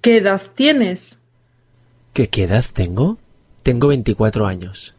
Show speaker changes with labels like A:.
A: ¿Qué edad tienes?
B: ¿Qué, qué edad tengo? Tengo 24 años.